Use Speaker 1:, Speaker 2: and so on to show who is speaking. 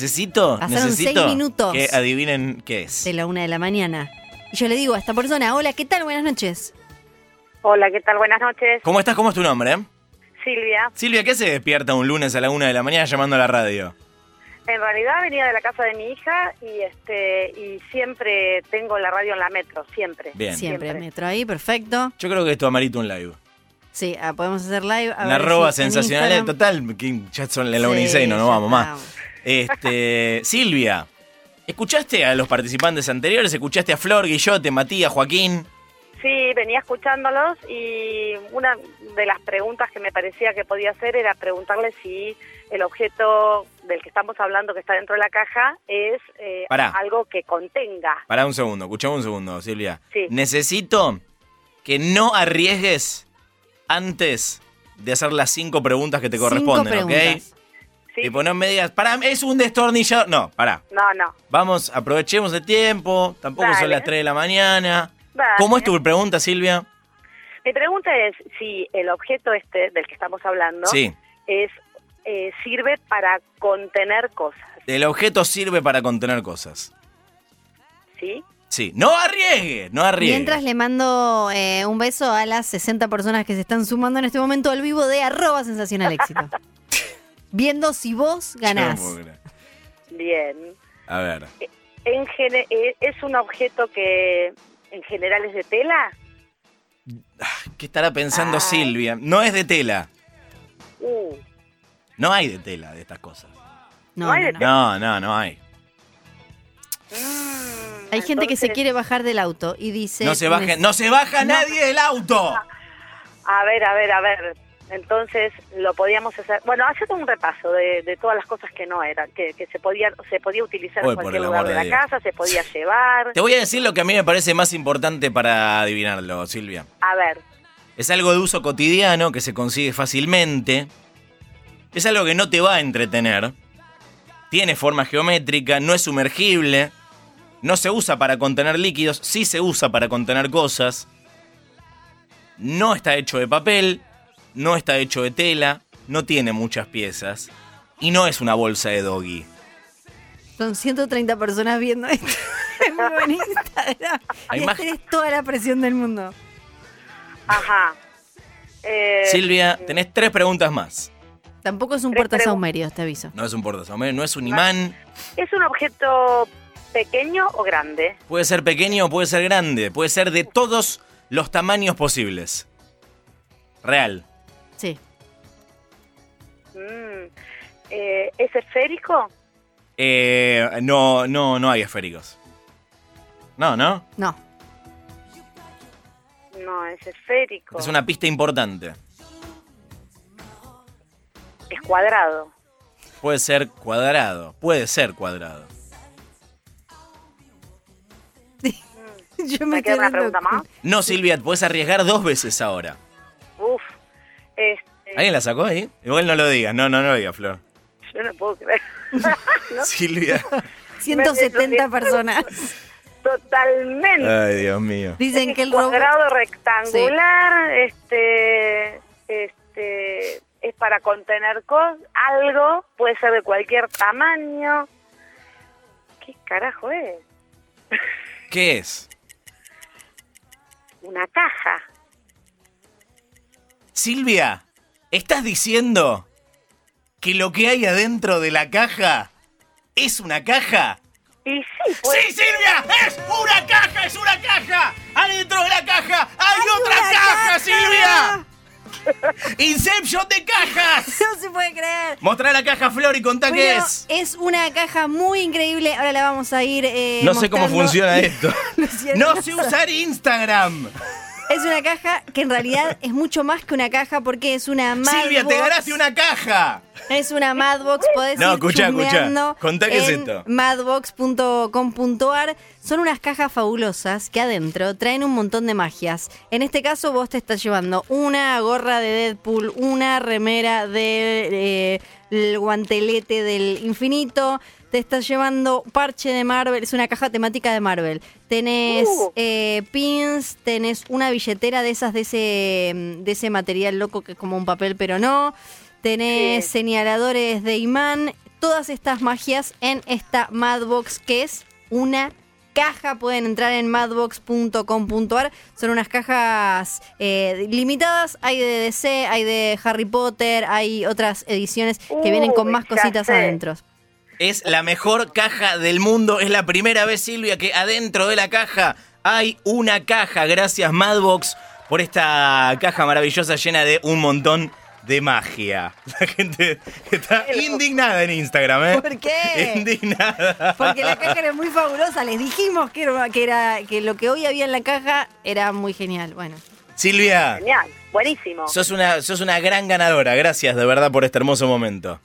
Speaker 1: Necesito,
Speaker 2: Pasaron seis
Speaker 1: necesito
Speaker 2: minutos.
Speaker 1: que adivinen qué es.
Speaker 2: de la una de la mañana. Y yo le digo a esta persona, hola, ¿qué tal? Buenas noches.
Speaker 3: Hola, ¿qué tal? Buenas noches.
Speaker 1: ¿Cómo estás? ¿Cómo es tu nombre? eh?
Speaker 3: Silvia.
Speaker 1: Silvia, ¿qué se despierta un lunes a la una de la mañana llamando a la radio?
Speaker 3: En realidad venía de la casa de mi hija y este y siempre tengo la radio en la metro, siempre.
Speaker 1: Bien.
Speaker 2: Siempre,
Speaker 3: Siempre.
Speaker 2: metro ahí, perfecto.
Speaker 1: Yo creo que es tu amarito un live.
Speaker 2: Sí, ah, podemos hacer live. a
Speaker 1: Una
Speaker 2: ver
Speaker 1: arroba
Speaker 2: si en
Speaker 1: sensacional. eh,
Speaker 2: Instagram-
Speaker 1: Total, que ya son la
Speaker 2: Sí,
Speaker 1: una y seis, no, no
Speaker 2: ya
Speaker 1: vamos más.
Speaker 2: estamos.
Speaker 1: Este, Silvia, ¿escuchaste a los participantes anteriores? ¿Escuchaste a Flor, Guillote, Matías, Joaquín?
Speaker 3: Sí, venía escuchándolos y una de las preguntas que me parecía que podía hacer era preguntarle si el objeto del que estamos hablando que está dentro de la caja es eh,
Speaker 1: Pará.
Speaker 3: algo que contenga.
Speaker 1: Pará un segundo, escuchame un segundo, Silvia.
Speaker 3: Sí.
Speaker 1: Necesito que no arriesgues antes de hacer las cinco preguntas que te
Speaker 2: Cinco
Speaker 1: corresponden,
Speaker 2: preguntas.
Speaker 1: ¿ok?
Speaker 3: Sí.
Speaker 1: Tipo, no me digas, pará, es un destornillador. No, pará.
Speaker 3: No, no.
Speaker 1: Vamos, aprovechemos el tiempo. Tampoco son
Speaker 3: Dale.
Speaker 1: las 3 de la mañana.
Speaker 3: Dale.
Speaker 1: ¿Cómo es tu pregunta, Silvia?
Speaker 3: eh, Mi pregunta es si el objeto este del que estamos hablando
Speaker 1: Sí.
Speaker 3: es eh, sirve para contener cosas,
Speaker 1: El objeto sirve para contener cosas.
Speaker 3: ¿sí?
Speaker 1: Sí. No arriesgue, no arriesgue.
Speaker 2: Mientras le mando eh, un beso a las 60 personas que se están sumando en este momento al vivo de arroba sensacional éxito. Viendo si vos ganás.
Speaker 1: Yo no puedo creer.
Speaker 3: Bien.
Speaker 1: A ver.
Speaker 3: Eh, En gene- eh, es un objeto que en general es de tela.
Speaker 1: ¿Qué estará pensando
Speaker 3: Ay.
Speaker 1: Silvia? No es de tela.
Speaker 3: Uh,
Speaker 1: No hay de tela de estas cosas.
Speaker 2: No,
Speaker 3: No hay
Speaker 2: no,
Speaker 3: de
Speaker 1: No,
Speaker 2: no.
Speaker 1: no, no hay.
Speaker 2: Hay gente que se
Speaker 3: entonces-
Speaker 2: quiere bajar del auto y dice...
Speaker 1: No se baja, no se baja nadie del auto.
Speaker 3: A ver, a ver, a ver. Entonces lo podíamos hacer. Bueno, hacete un repaso de, de todas las cosas que no eran, que, que se podían, se podía utilizar
Speaker 1: Uy,
Speaker 3: en
Speaker 1: por
Speaker 3: cualquier
Speaker 1: el
Speaker 3: lugar
Speaker 1: amor
Speaker 3: de
Speaker 1: de
Speaker 3: la
Speaker 1: Dios.
Speaker 3: casa, se podía llevar.
Speaker 1: Te voy a decir lo que a mí me parece más importante para adivinarlo, Silvia.
Speaker 3: A ver,
Speaker 1: Es algo de uso cotidiano que se consigue fácilmente. Es algo que no te va a entretener. Tiene forma geométrica, no es sumergible. No se usa para contener líquidos, sí se usa para contener cosas. No está hecho de papel, no está hecho de tela, no tiene muchas piezas. Y no es una bolsa de doggy.
Speaker 2: Son 130 personas viendo esto. Es muy buen Instagram.
Speaker 1: Hay
Speaker 2: Y
Speaker 1: más-
Speaker 2: tenés toda la presión del mundo.
Speaker 3: ajá. Eh,
Speaker 1: Silvia, tenés tres preguntas más.
Speaker 2: Tampoco es un
Speaker 3: Tres pregun-
Speaker 2: puertasaumerio, te aviso.
Speaker 1: No es un portasaumerio, no es un imán.
Speaker 3: ¿Es un objeto pequeño o grande?
Speaker 1: Puede ser pequeño o puede ser grande. Puede ser de todos los tamaños posibles. Real.
Speaker 2: Sí.
Speaker 3: Mm, eh, ¿Es esférico?
Speaker 1: Eh, no, no, no hay esféricos. No, no.
Speaker 2: No.
Speaker 3: No, es esférico.
Speaker 1: Es una pista importante.
Speaker 3: Es cuadrado.
Speaker 1: Puede ser cuadrado. Puede ser cuadrado.
Speaker 2: Yo
Speaker 3: ¿Me queda
Speaker 2: estoy
Speaker 3: una
Speaker 2: dando-
Speaker 3: pregunta más?
Speaker 1: No, Silvia, puedes arriesgar dos veces ahora.
Speaker 3: Uf. Este,
Speaker 1: ¿Alguien la sacó ahí? Igual no lo digas. No, no, no lo digas, Flor.
Speaker 3: yo no puedo creer. No,
Speaker 1: Silvia.
Speaker 2: 170 personas.
Speaker 3: Totalmente.
Speaker 1: Ay, Dios mío.
Speaker 2: Dicen que el robot...
Speaker 3: cuadrado rectangular, este, este, es para contener cos- algo, puede ser de cualquier tamaño. ¿Qué carajo es?
Speaker 1: ¿Qué es?
Speaker 3: Una caja.
Speaker 1: Silvia, ¿estás diciendo que lo que hay adentro de la caja es una caja?
Speaker 3: Y sí, pues, puede
Speaker 1: ¡Sí, Silvia! ¡Es una caja! ¡Es una caja! ¡Adentro de la caja hay, otra
Speaker 2: una
Speaker 1: caja,
Speaker 2: caja!
Speaker 1: Silvia! ¡Inception de cajas!
Speaker 2: No se puede creer.
Speaker 1: Mostrá la caja, Flor, y contá qué
Speaker 2: Bueno,
Speaker 1: es.
Speaker 2: es una caja muy increíble. Ahora la vamos a ir. eh,
Speaker 1: No sé cómo
Speaker 2: mostrando.
Speaker 1: funciona esto.
Speaker 2: No es cierto.
Speaker 1: No sé usar Instagram.
Speaker 2: Es una caja que en realidad es mucho más que una caja porque es una Madbox.
Speaker 1: Silvia, te ganaste una caja.
Speaker 2: Es una Madbox, podés
Speaker 1: No,
Speaker 2: ir
Speaker 1: escuchá, escuchá.
Speaker 2: chusmeando
Speaker 1: Contá qué es
Speaker 2: en
Speaker 1: esto.
Speaker 2: madbox.com.ar Son unas cajas fabulosas que adentro traen un montón de magias. En este caso vos te estás llevando una gorra de Deadpool, una remera de eh, el guantelete del infinito, te estás llevando parche de Marvel, es una caja temática de Marvel. Tenés
Speaker 3: Uh.
Speaker 2: eh, pins, tenés una billetera de esas de ese, mm, de ese material loco que es como un papel pero no, tenés
Speaker 3: Sí.
Speaker 2: señaladores de imán, todas estas magias en esta Madbox que es una caja. Pueden entrar en madbox.com.ar. Son unas cajas eh, limitadas. Hay de DC, hay de Harry Potter, hay otras ediciones que vienen con
Speaker 3: Uy,
Speaker 2: más
Speaker 3: ya
Speaker 2: cositas
Speaker 3: sé.
Speaker 2: adentro.
Speaker 1: Es la mejor caja del mundo. Es la primera vez, Silvia, que adentro de la caja hay una caja. Gracias, Madbox, por esta caja maravillosa llena de un montón de magia. La gente está indignada en Instagram, ¿eh?
Speaker 2: ¿Por qué?
Speaker 1: Indignada.
Speaker 2: Porque la caja era muy fabulosa. Les dijimos que, era, que, era, que lo que hoy había en la caja era muy genial. Bueno,
Speaker 1: Silvia,
Speaker 3: Genial, buenísimo.
Speaker 1: sos una, sos una gran ganadora. Gracias de verdad por este hermoso momento.